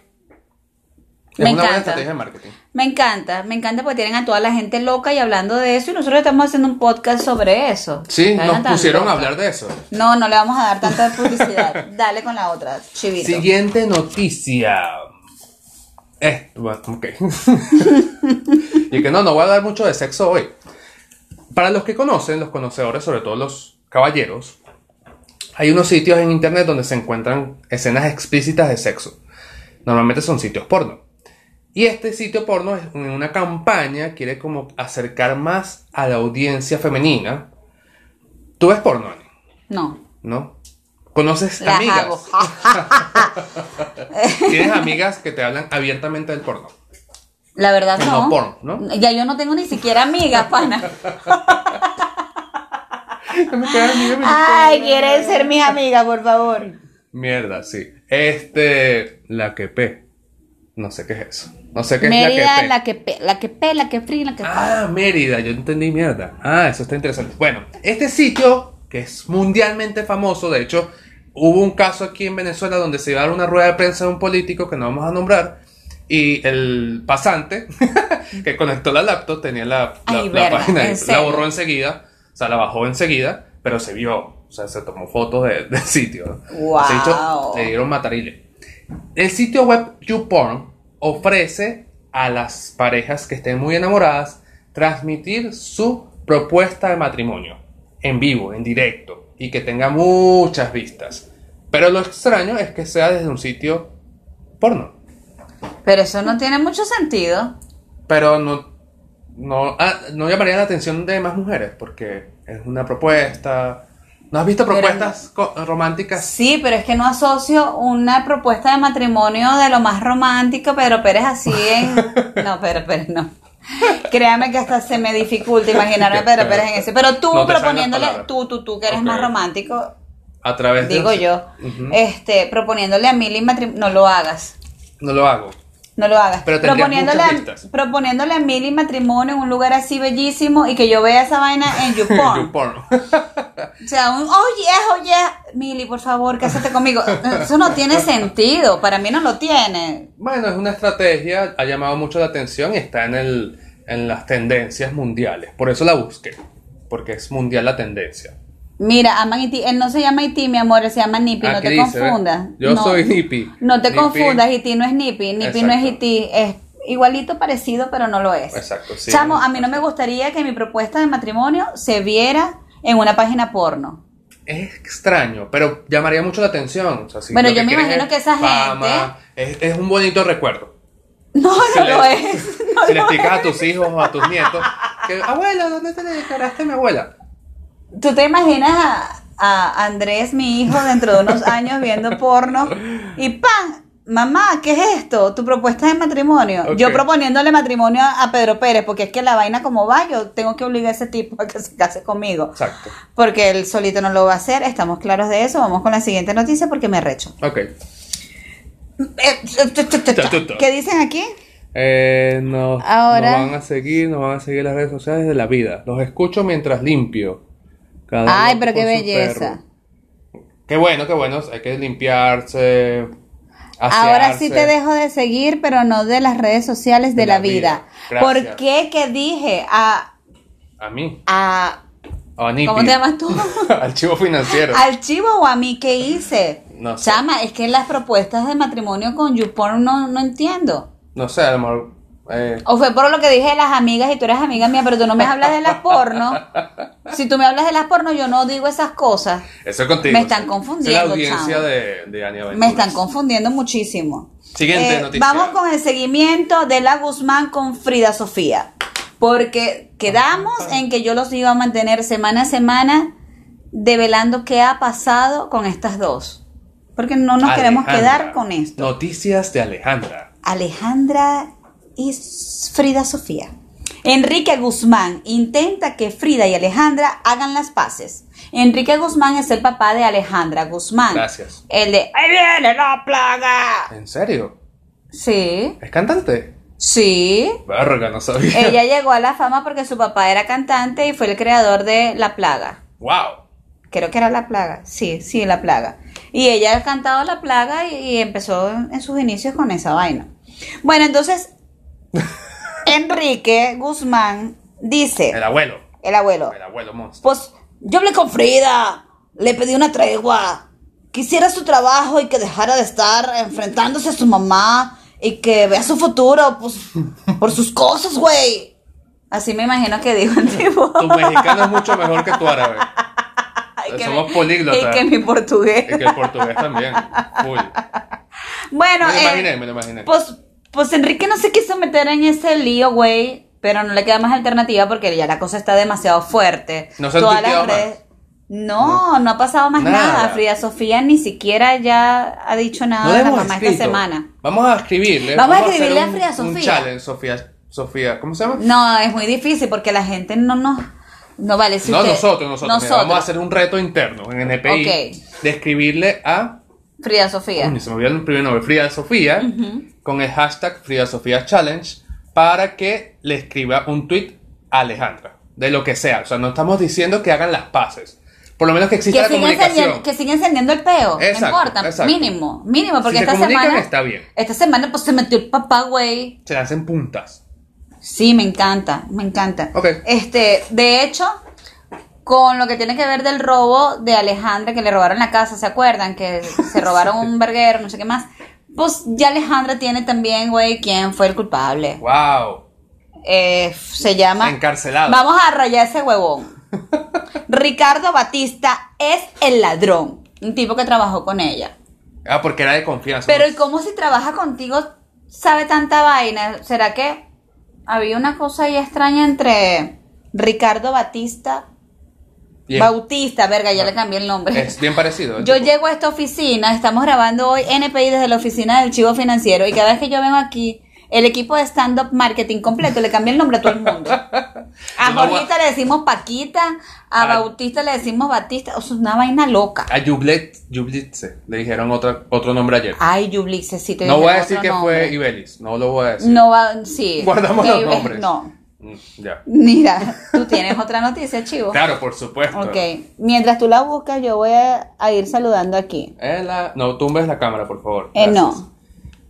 Speaker 2: Es
Speaker 1: Me
Speaker 2: una
Speaker 1: encanta.
Speaker 2: buena estrategia de marketing.
Speaker 1: Me encanta, me encanta porque tienen a toda la gente loca y hablando de eso y nosotros estamos haciendo un podcast sobre eso.
Speaker 2: Sí,
Speaker 1: Vaina
Speaker 2: nos
Speaker 1: tan
Speaker 2: pusieron
Speaker 1: loca.
Speaker 2: a hablar de eso.
Speaker 1: No, no le vamos a dar *laughs* tanta publicidad. Dale con la otra, chivito.
Speaker 2: Siguiente noticia. Eh, bueno,
Speaker 1: *laughs*
Speaker 2: ok. y que no, no voy a hablar mucho de sexo hoy. Para los que conocen, los conocedores, sobre todo los caballeros, hay unos sitios en internet donde se encuentran escenas explícitas de sexo. Normalmente son sitios porno. Y este sitio porno es en una campaña, quiere como acercar más a la audiencia femenina. ¿Tú ves porno, Ani?
Speaker 1: No.
Speaker 2: ¿No? ¿Conoces
Speaker 1: Las
Speaker 2: amigas?
Speaker 1: hago.
Speaker 2: Tienes amigas que te hablan abiertamente del porno.
Speaker 1: La verdad
Speaker 2: Que
Speaker 1: no.
Speaker 2: no porno, ¿no?
Speaker 1: Ya yo no tengo ni siquiera amigas, *laughs* pana. Ay, quieren ser mis amigas, por favor.
Speaker 2: Mierda, sí. Este, la que pe. No sé qué es eso. No sé qué
Speaker 1: Mérida,
Speaker 2: es
Speaker 1: la que pe, la que pe, la que fri, la que
Speaker 2: Ah, Mérida, yo entendí mierda. Ah, eso está interesante. Bueno, este sitio, que es mundialmente famoso, de hecho, hubo un caso aquí en Venezuela donde se iba a dar una rueda de prensa de un político que no vamos a nombrar. Y el pasante *laughs* que conectó la laptop tenía la, la-
Speaker 1: Ay,
Speaker 2: la
Speaker 1: verga,
Speaker 2: página,
Speaker 1: ¿en
Speaker 2: ahí. la
Speaker 1: serio?
Speaker 2: borró enseguida, o sea, la bajó enseguida, pero se vio, o sea, se tomó fotos de- del sitio. ¿no?
Speaker 1: Wow.
Speaker 2: Se hizo- le dieron matarile. El sitio web YouPorn ofrece a las parejas que estén muy enamoradas transmitir su propuesta de matrimonio en vivo, en directo y que tenga muchas vistas. Pero lo extraño es que sea desde un sitio porno.
Speaker 1: Pero eso no tiene mucho sentido.
Speaker 2: Pero no, no, ah, no llamaría la atención de más mujeres porque es una propuesta. ¿No has visto
Speaker 1: Pero-
Speaker 2: propuestas co- románticas?
Speaker 1: Sí, pero es que no asocio una propuesta de matrimonio de lo más romántico, Pedro Pérez así
Speaker 2: *laughs*
Speaker 1: en... No, Pedro Pérez no. Créame que hasta se me dificulta imaginarme a Pedro Pérez en ese. Pero tú
Speaker 2: No te salen
Speaker 1: proponiéndole,
Speaker 2: las palabras.
Speaker 1: tú, tú, tú que eres
Speaker 2: Ok.
Speaker 1: más romántico,
Speaker 2: A través de.
Speaker 1: digo yo, este, proponiéndole a Mili matrimonio, no lo hagas.
Speaker 2: No lo hago.
Speaker 1: No lo hagas.
Speaker 2: Pero tendrías
Speaker 1: proponiéndole,
Speaker 2: muchas
Speaker 1: a,
Speaker 2: vistas.
Speaker 1: proponiéndole a Mili matrimonio en un lugar así bellísimo y que yo vea esa vaina
Speaker 2: *laughs*
Speaker 1: en YouPorn.
Speaker 2: YouPorn. *laughs*
Speaker 1: O sea, un, oh yeah, oh yeah, Mili, por favor, cásate conmigo. Eso no tiene sentido, para mí no lo tiene.
Speaker 2: Bueno, es una estrategia, ha llamado mucho la atención y está en, el, en las tendencias mundiales. Por eso la busqué, porque es mundial la tendencia.
Speaker 1: Mira, aman Iti, él no se llama Iti, mi amor, él se llama Nipi, no
Speaker 2: Aquí
Speaker 1: te
Speaker 2: Ah, dice,
Speaker 1: confundas.
Speaker 2: ¿ves? Yo
Speaker 1: No.
Speaker 2: soy Nipi.
Speaker 1: No te
Speaker 2: Nipi.
Speaker 1: confundas, Iti no es Nipi, Nipi no es
Speaker 2: Exacto.
Speaker 1: Iti, es igualito parecido, pero no lo es.
Speaker 2: Exacto, sí.
Speaker 1: Chamo, a mí no me gustaría que mi propuesta de matrimonio se viera en una página porno. *laughs*
Speaker 2: Es extraño, pero llamaría mucho la atención. O sea, si
Speaker 1: Bueno,
Speaker 2: lo
Speaker 1: yo me
Speaker 2: quieren
Speaker 1: imagino
Speaker 2: es
Speaker 1: que esa
Speaker 2: fama, Es, es un bonito recuerdo.
Speaker 1: No,
Speaker 2: Si
Speaker 1: no
Speaker 2: le-
Speaker 1: lo es. *laughs* no
Speaker 2: *laughs* si le
Speaker 1: lo es.
Speaker 2: explicas a tus hijos o a tus nietos
Speaker 1: *laughs*
Speaker 2: que, abuelo, ¿dónde te le declaraste a mi abuela?
Speaker 1: ¿Tú te imaginas a, a Andrés, mi hijo, dentro de unos años viendo porno y ¡pam! Mamá, ¿qué es esto? Tu propuesta de matrimonio.
Speaker 2: Ok.
Speaker 1: Yo proponiéndole matrimonio a a Pedro Pérez, porque es que la vaina como va, yo tengo que obligar a ese tipo a que se case conmigo.
Speaker 2: Exacto.
Speaker 1: Porque él solito no lo va a hacer, estamos claros de eso. Vamos con la siguiente noticia porque me Eh, arrecho.
Speaker 2: Ok.
Speaker 1: ¿Qué dicen aquí?
Speaker 2: Eh, nos,
Speaker 1: Ahora-
Speaker 2: nos van a seguir, nos van a seguir las redes sociales de la vida. Los escucho mientras limpio. Cada
Speaker 1: Ay,
Speaker 2: loco
Speaker 1: pero qué
Speaker 2: con su
Speaker 1: belleza.
Speaker 2: perro. Qué bueno, qué bueno. Hay que limpiarse.
Speaker 1: Ahora sí
Speaker 2: asearse.
Speaker 1: te dejo de seguir, pero no de las redes sociales de, la, vida.
Speaker 2: Gracias.
Speaker 1: ¿Por qué que dije a,
Speaker 2: A mí.
Speaker 1: a
Speaker 2: A Nipi.
Speaker 1: ¿cómo te llamas tú?
Speaker 2: *laughs* Al chivo financiero.
Speaker 1: Al chivo o a mí qué hice?
Speaker 2: No sé.
Speaker 1: Chama, es que las propuestas de matrimonio con YouPorn no, no entiendo.
Speaker 2: No sé, a lo mejor. eh,
Speaker 1: O fue por lo que dije de las amigas y tú eres amiga mía, pero tú no me hablas de las
Speaker 2: *laughs*
Speaker 1: porno. Si tú me hablas de las porno, yo no digo esas cosas.
Speaker 2: eso es contigo.
Speaker 1: Me están
Speaker 2: Esa
Speaker 1: confundiendo,
Speaker 2: Es la audiencia
Speaker 1: chamo.
Speaker 2: de, de Ani Aventuras.
Speaker 1: Me están confundiendo muchísimo. Eh,
Speaker 2: Siguiente noticia.
Speaker 1: Vamos con el seguimiento de la Guzmán con Frida Sofía. Porque quedamos en que yo los iba a mantener semana a semana develando qué ha pasado con estas dos. Porque no nos queremos
Speaker 2: Alejandra.
Speaker 1: quedar con esto.
Speaker 2: Noticias de Alejandra.
Speaker 1: Alejandra y S- Frida Sofía. Enrique Guzmán intenta que Frida y Alejandra hagan las paces. Enrique Guzmán es el papá de Alejandra Guzmán.
Speaker 2: Gracias.
Speaker 1: El de ¡Ahí viene la plaga!
Speaker 2: ¿En serio?
Speaker 1: Sí,
Speaker 2: ¿Es cantante?
Speaker 1: sí.
Speaker 2: Verga, no sabía.
Speaker 1: Ella llegó a la fama porque su papá era cantante y fue el creador de La Plaga.
Speaker 2: ¡Wow!
Speaker 1: Creo que era La Plaga. Sí, sí, La Plaga. Y ella ha cantado La Plaga y, y empezó en, en sus inicios con esa vaina. Bueno,
Speaker 2: *laughs*
Speaker 1: entonces, Enrique Guzmán
Speaker 2: El
Speaker 1: dice,
Speaker 2: abuelo.
Speaker 1: el abuelo,
Speaker 2: El abuelo monstruo.
Speaker 1: pues yo hablé con Frida, le pedí una tregua, quisiera su trabajo y que dejara de estar enfrentándose a su mamá y que vea su futuro pues, por sus cosas, güey. Así me imagino que dijo el tipo.
Speaker 2: Tu mexicano es mucho mejor que tu árabe.
Speaker 1: *laughs* Ay, que
Speaker 2: Somos
Speaker 1: mi-
Speaker 2: políglotas.
Speaker 1: Y que mi portugués.
Speaker 2: Y que el portugués también. Full.
Speaker 1: Bueno,
Speaker 2: me lo
Speaker 1: eh,
Speaker 2: imaginé, me lo imaginé.
Speaker 1: Pues, pues Enrique no se quiso meter en ese lío, güey. Pero no le queda más alternativa porque ya la cosa está demasiado fuerte.
Speaker 2: No se han tuiteado más.
Speaker 1: No, no ha pasado más nada.
Speaker 2: Nada.
Speaker 1: Frida Sofía ni siquiera ya ha dicho nada
Speaker 2: No
Speaker 1: de
Speaker 2: le
Speaker 1: la
Speaker 2: hemos
Speaker 1: mamá esta
Speaker 2: escrito.
Speaker 1: semana.
Speaker 2: Vamos a escribirle.
Speaker 1: Vamos a
Speaker 2: hacer
Speaker 1: escribirle a
Speaker 2: un-
Speaker 1: Frida
Speaker 2: Un
Speaker 1: Sofía.
Speaker 2: challenge, Sofía. Sofía, ¿cómo se llama?
Speaker 1: No, es muy difícil porque la gente no nos... No vale, si
Speaker 2: no,
Speaker 1: usted-
Speaker 2: nosotros, nosotros. Mira, vamos a hacer un reto interno en NPI
Speaker 1: Ok.
Speaker 2: de escribirle a.
Speaker 1: Frida Sofía.
Speaker 2: Uy, se me olvidó el primer nombre, Frida Sofía, con el hashtag Frida Sofía Challenge, para que le escriba un tweet a Alejandra, de lo que sea. O sea, no estamos diciendo que hagan las paces. Por lo menos que exista
Speaker 1: que
Speaker 2: la
Speaker 1: siga, encendiendo,
Speaker 2: comunicación.
Speaker 1: que siga encendiendo el peo.
Speaker 2: Exacto,
Speaker 1: no importa.
Speaker 2: exacto.
Speaker 1: Mínimo, mínimo, porque
Speaker 2: Si se
Speaker 1: esta
Speaker 2: comunican,
Speaker 1: semana.
Speaker 2: está bien.
Speaker 1: Esta semana pues se metió el papá, güey.
Speaker 2: Se hacen puntas.
Speaker 1: Sí, me encanta, me encanta.
Speaker 2: Ok.
Speaker 1: Este, de hecho, con lo que tiene que ver del robo de Alejandra, que le robaron la casa, ¿se acuerdan? Que se robaron un verguero, no sé qué más. Pues ya Alejandra tiene también, güey, quién fue el culpable.
Speaker 2: ¡Wow!
Speaker 1: Eh, se llama...
Speaker 2: Encarcelado.
Speaker 1: Vamos a rayar ese huevón. Ricardo Batista es el ladrón, un tipo que trabajó con ella.
Speaker 2: Ah, porque era de confianza.
Speaker 1: Pero
Speaker 2: ¿no?
Speaker 1: ¿y cómo si trabaja contigo sabe tanta vaina? ¿Será que había una cosa ahí extraña entre Ricardo Batista?
Speaker 2: Y es-
Speaker 1: Bautista, verga, ya le cambié el nombre.
Speaker 2: Ah,
Speaker 1: *laughs*
Speaker 2: Es bien parecido. el
Speaker 1: Yo
Speaker 2: tipo.
Speaker 1: llego a esta oficina, estamos grabando hoy NPI desde la oficina del Chivo Financiero y cada vez que yo vengo aquí, el equipo de stand-up marketing completo le cambia el nombre a todo el
Speaker 2: *laughs*
Speaker 1: mundo. A
Speaker 2: No, no,
Speaker 1: Jorgita le decimos Paquita, a
Speaker 2: Ah.
Speaker 1: Bautista le decimos Batista, o sea, una vaina loca.
Speaker 2: A Jublet, Jublitze, le dijeron otra, otro nombre ayer.
Speaker 1: Ay, Yublice, si te
Speaker 2: no
Speaker 1: dije
Speaker 2: voy a
Speaker 1: otro
Speaker 2: decir que
Speaker 1: nombre.
Speaker 2: fue Ibelis, no lo voy a decir.
Speaker 1: No va, sí.
Speaker 2: Guardamos
Speaker 1: Que
Speaker 2: los
Speaker 1: ibas-
Speaker 2: nombres.
Speaker 1: No.
Speaker 2: Mm, Ya.
Speaker 1: Mira, tú tienes otra noticia, chivo.
Speaker 2: Claro, por supuesto.
Speaker 1: Ok, mientras tú la buscas, yo voy a, a ir saludando aquí.
Speaker 2: Eh, la- No tumbes la cámara, por favor.
Speaker 1: Eh,
Speaker 2: Gracias.
Speaker 1: no.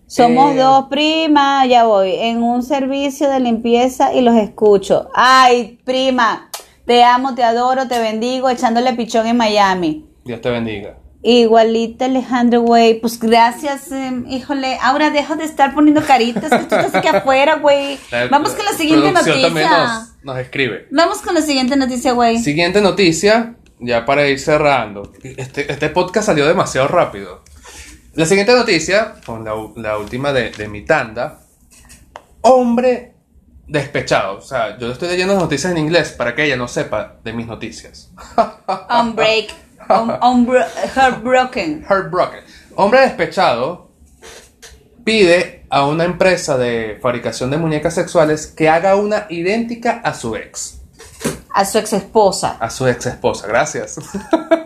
Speaker 1: Somos
Speaker 2: Eh.
Speaker 1: dos primas, ya voy, en un servicio de limpieza y los escucho. Ay, prima, te amo, te adoro, te bendigo, echándole pichón en Miami.
Speaker 2: Dios te bendiga.
Speaker 1: Igualita Alejandro, güey. Pues gracias, eh, híjole. Ahora deja de estar poniendo caritas que tú estás aquí afuera, güey.
Speaker 2: *laughs* La-
Speaker 1: Vamos con la siguiente
Speaker 2: producción también
Speaker 1: noticia.
Speaker 2: nos, nos escribe.
Speaker 1: Vamos con la siguiente noticia, güey.
Speaker 2: Siguiente noticia, ya para ir cerrando. Este, este podcast salió demasiado rápido. La siguiente noticia, con la, u- la última de, de mi tanda. Hombre despechado. O sea, yo le estoy leyendo las noticias en inglés para que ella no sepa de mis noticias.
Speaker 1: Unbreak. un- unbro- heartbroken.
Speaker 2: Heartbroken. Hombre despechado pide a una empresa de fabricación de muñecas sexuales que haga una idéntica a su ex.
Speaker 1: A su ex esposa.
Speaker 2: A su ex esposa, gracias.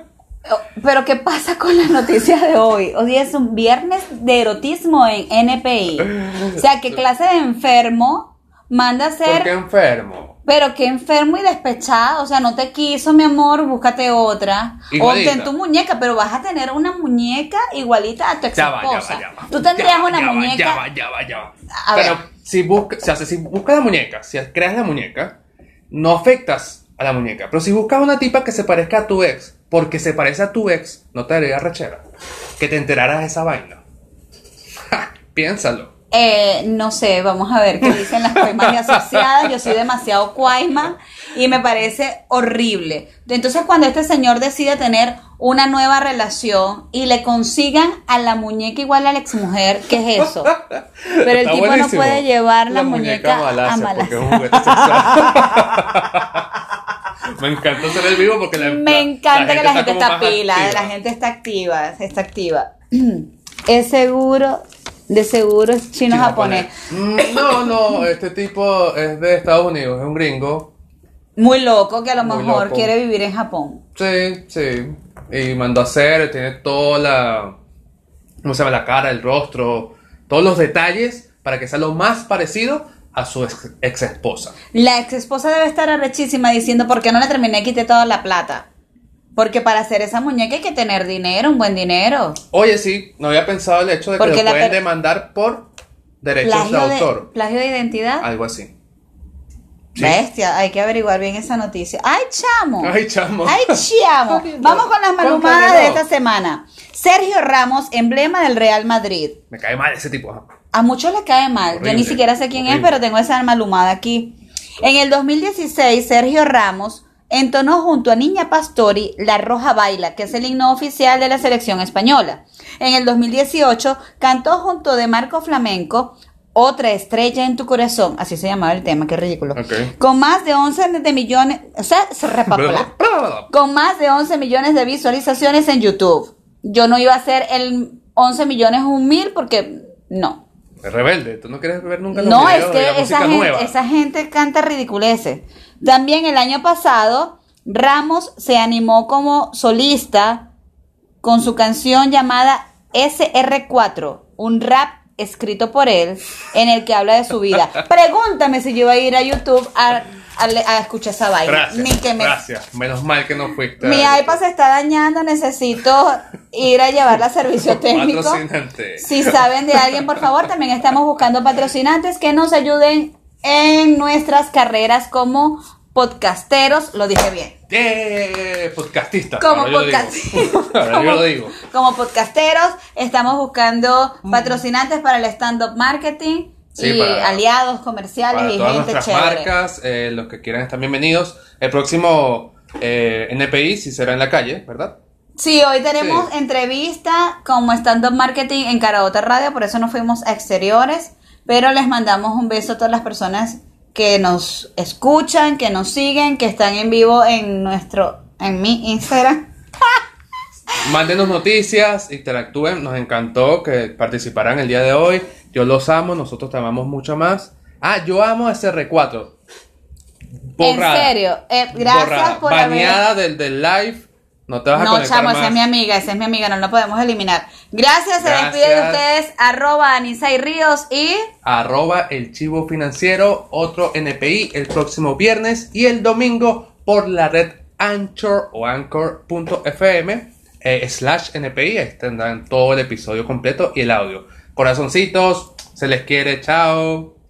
Speaker 2: *laughs*
Speaker 1: Pero, ¿qué pasa con las noticias de hoy? Hoy es un viernes de erotismo en NPI. O sea, ¿qué clase de enfermo manda a
Speaker 2: ¿Por qué
Speaker 1: ser?
Speaker 2: enfermo?
Speaker 1: Pero qué enfermo y despechado. O sea, no te quiso, mi amor, búscate otra. O
Speaker 2: Igualita.
Speaker 1: ten tu muñeca, pero vas a tener una muñeca igualita a tu ex
Speaker 2: Ya va, ya
Speaker 1: esposa.
Speaker 2: va, ya va.
Speaker 1: Tú tendrías
Speaker 2: Ya va,
Speaker 1: una
Speaker 2: ya va,
Speaker 1: muñeca.
Speaker 2: ya va, ya va, ya va.
Speaker 1: A
Speaker 2: Pero
Speaker 1: ver.
Speaker 2: si buscas, o sea, si buscas la muñeca, si creas la muñeca, no afectas a la muñeca. Pero si buscas una tipa que se parezca a tu ex, porque se parece a tu ex, no te daría rachera. Que te enteraras de esa vaina. *laughs* Ja, piénsalo.
Speaker 1: Eh, no sé, vamos a ver qué dicen las coimas y asociadas. Yo soy demasiado cuaima y me parece horrible. Entonces, cuando este señor decide tener una nueva relación y le consigan a la muñeca igual a la exmujer, ¿qué es eso? Pero el
Speaker 2: Está
Speaker 1: tipo
Speaker 2: buenísimo.
Speaker 1: no puede llevar la, muñeca, a
Speaker 2: porque es
Speaker 1: Malasia.
Speaker 2: un juguete sexual. *laughs* Me encanta hacer el vivo porque la la-
Speaker 1: Me encanta que la gente
Speaker 2: como
Speaker 1: está,
Speaker 2: más
Speaker 1: pila, eh,
Speaker 2: activa.
Speaker 1: la gente está activa, está activa. *clears throat* Es seguro, de seguro es chino-japonés.
Speaker 2: Mm, No, no, este tipo es de Estados Unidos, es un gringo.
Speaker 1: Muy loco que a lo
Speaker 2: Muy
Speaker 1: mejor
Speaker 2: loco.
Speaker 1: quiere vivir en Japón.
Speaker 2: Sí, sí. Y mandó a hacer, tiene toda la. ¿Cómo se llama? La cara, el rostro, todos los detalles para que sea lo más parecido a su ex, esposa.
Speaker 1: La ex esposa debe estar arrechísima diciendo por qué no la terminé y quité toda la plata. Porque para hacer esa muñeca hay que tener dinero, un buen dinero.
Speaker 2: Oye, sí, no había pensado el hecho de que
Speaker 1: Porque
Speaker 2: lo
Speaker 1: la
Speaker 2: pueden
Speaker 1: per-
Speaker 2: demandar por derechos de
Speaker 1: Plagio de, ¿Ah?
Speaker 2: autor.
Speaker 1: plagio de identidad.
Speaker 2: Algo así. sí.
Speaker 1: Bestia, hay que averiguar bien esa noticia. ¡Ay, chamo!
Speaker 2: Ay, chamo.
Speaker 1: ¡Ay,
Speaker 2: *laughs*
Speaker 1: chamo! Vamos con las malumadas
Speaker 2: Cómprale
Speaker 1: de
Speaker 2: dos.
Speaker 1: esta semana. Sergio Ramos, emblema del Real Madrid.
Speaker 2: Me cae mal ese tipo. ajá.
Speaker 1: A muchos les cae mal. Yo
Speaker 2: Horrible,
Speaker 1: ni siquiera sé quién es,
Speaker 2: horrible.
Speaker 1: pero tengo esa alma lumada aquí. En el 2016, Sergio Ramos entonó junto a Niña Pastori La Roja Baila, que es el himno oficial de la selección española. En el 2018, cantó junto de Marco Flamenco Otra estrella en tu corazón. Así se llamaba el tema, qué ridículo.
Speaker 2: Ok.
Speaker 1: Con más de 11 de millones... O sea, se repapoló con más de 11 millones de visualizaciones en YouTube. Yo no iba a hacer el 11 millones un mil porque no.
Speaker 2: *laughs* Es rebelde, tú no quieres ver nunca los
Speaker 1: No,
Speaker 2: videos
Speaker 1: es
Speaker 2: de la
Speaker 1: que
Speaker 2: música
Speaker 1: esa gente,
Speaker 2: nueva.
Speaker 1: esa gente canta ridiculeces. También el año pasado, Ramos se animó como solista con su canción llamada SR4, un rap escrito por él en el que habla de su
Speaker 2: *laughs*
Speaker 1: vida. Pregúntame si yo iba a ir a YouTube a, a- a escuchar esa vaina.
Speaker 2: Gracias,
Speaker 1: Ni que me
Speaker 2: gracias. Menos mal que no fuiste.
Speaker 1: mi
Speaker 2: al-
Speaker 1: iPad se está dañando, necesito ir a llevarla a
Speaker 2: *laughs*
Speaker 1: servicio técnico.
Speaker 2: Patrocinante.
Speaker 1: Si saben de alguien, por favor, también estamos buscando patrocinantes que nos ayuden en nuestras carreras como podcasteros, lo dije bien.
Speaker 2: ¡Eh! Podcastista.
Speaker 1: Como
Speaker 2: ahora yo lo digo.
Speaker 1: podcasteros.
Speaker 2: *laughs* Ahora yo
Speaker 1: *laughs*
Speaker 2: lo digo. Mm.
Speaker 1: Como podcasteros, estamos buscando patrocinantes para el stand-up marketing
Speaker 2: Sí,
Speaker 1: y
Speaker 2: para-
Speaker 1: aliados comerciales
Speaker 2: Para
Speaker 1: y
Speaker 2: todas
Speaker 1: gente
Speaker 2: nuestras
Speaker 1: chévere.
Speaker 2: marcas, eh, los que quieran están bienvenidos. El próximo eh, NPI, si será en la calle, ¿verdad?
Speaker 1: Sí, hoy tenemos
Speaker 2: Sí.
Speaker 1: entrevista como stand-up marketing en Carabota Radio, por eso no fuimos a exteriores, pero les mandamos un beso a todas las personas que nos escuchan, que nos siguen, que están en vivo en nuestro, en mi Instagram.
Speaker 2: Mándenos noticias, interactúen. Nos encantó que participaran el día de hoy. Yo los amo, nosotros te amamos mucho más. Ah, yo amo a SR4. Borrada.
Speaker 1: En serio, eh, gracias
Speaker 2: Borrada.
Speaker 1: por haber...
Speaker 2: Baneada del, del live. No te vas a
Speaker 1: No,
Speaker 2: conectar
Speaker 1: chamo,
Speaker 2: más.
Speaker 1: esa es mi amiga, esa es mi amiga, no la podemos eliminar. Gracias, se despide de
Speaker 2: Gracias.
Speaker 1: ustedes, arroba Anisa y Ríos y...
Speaker 2: Arroba el chivo financiero, otro NPI el próximo viernes y el domingo por la red Anchor o Anchor.fm eh, slash NPI. Ahí tendrán todo el episodio completo y el audio. Corazoncitos, se les quiere, chao.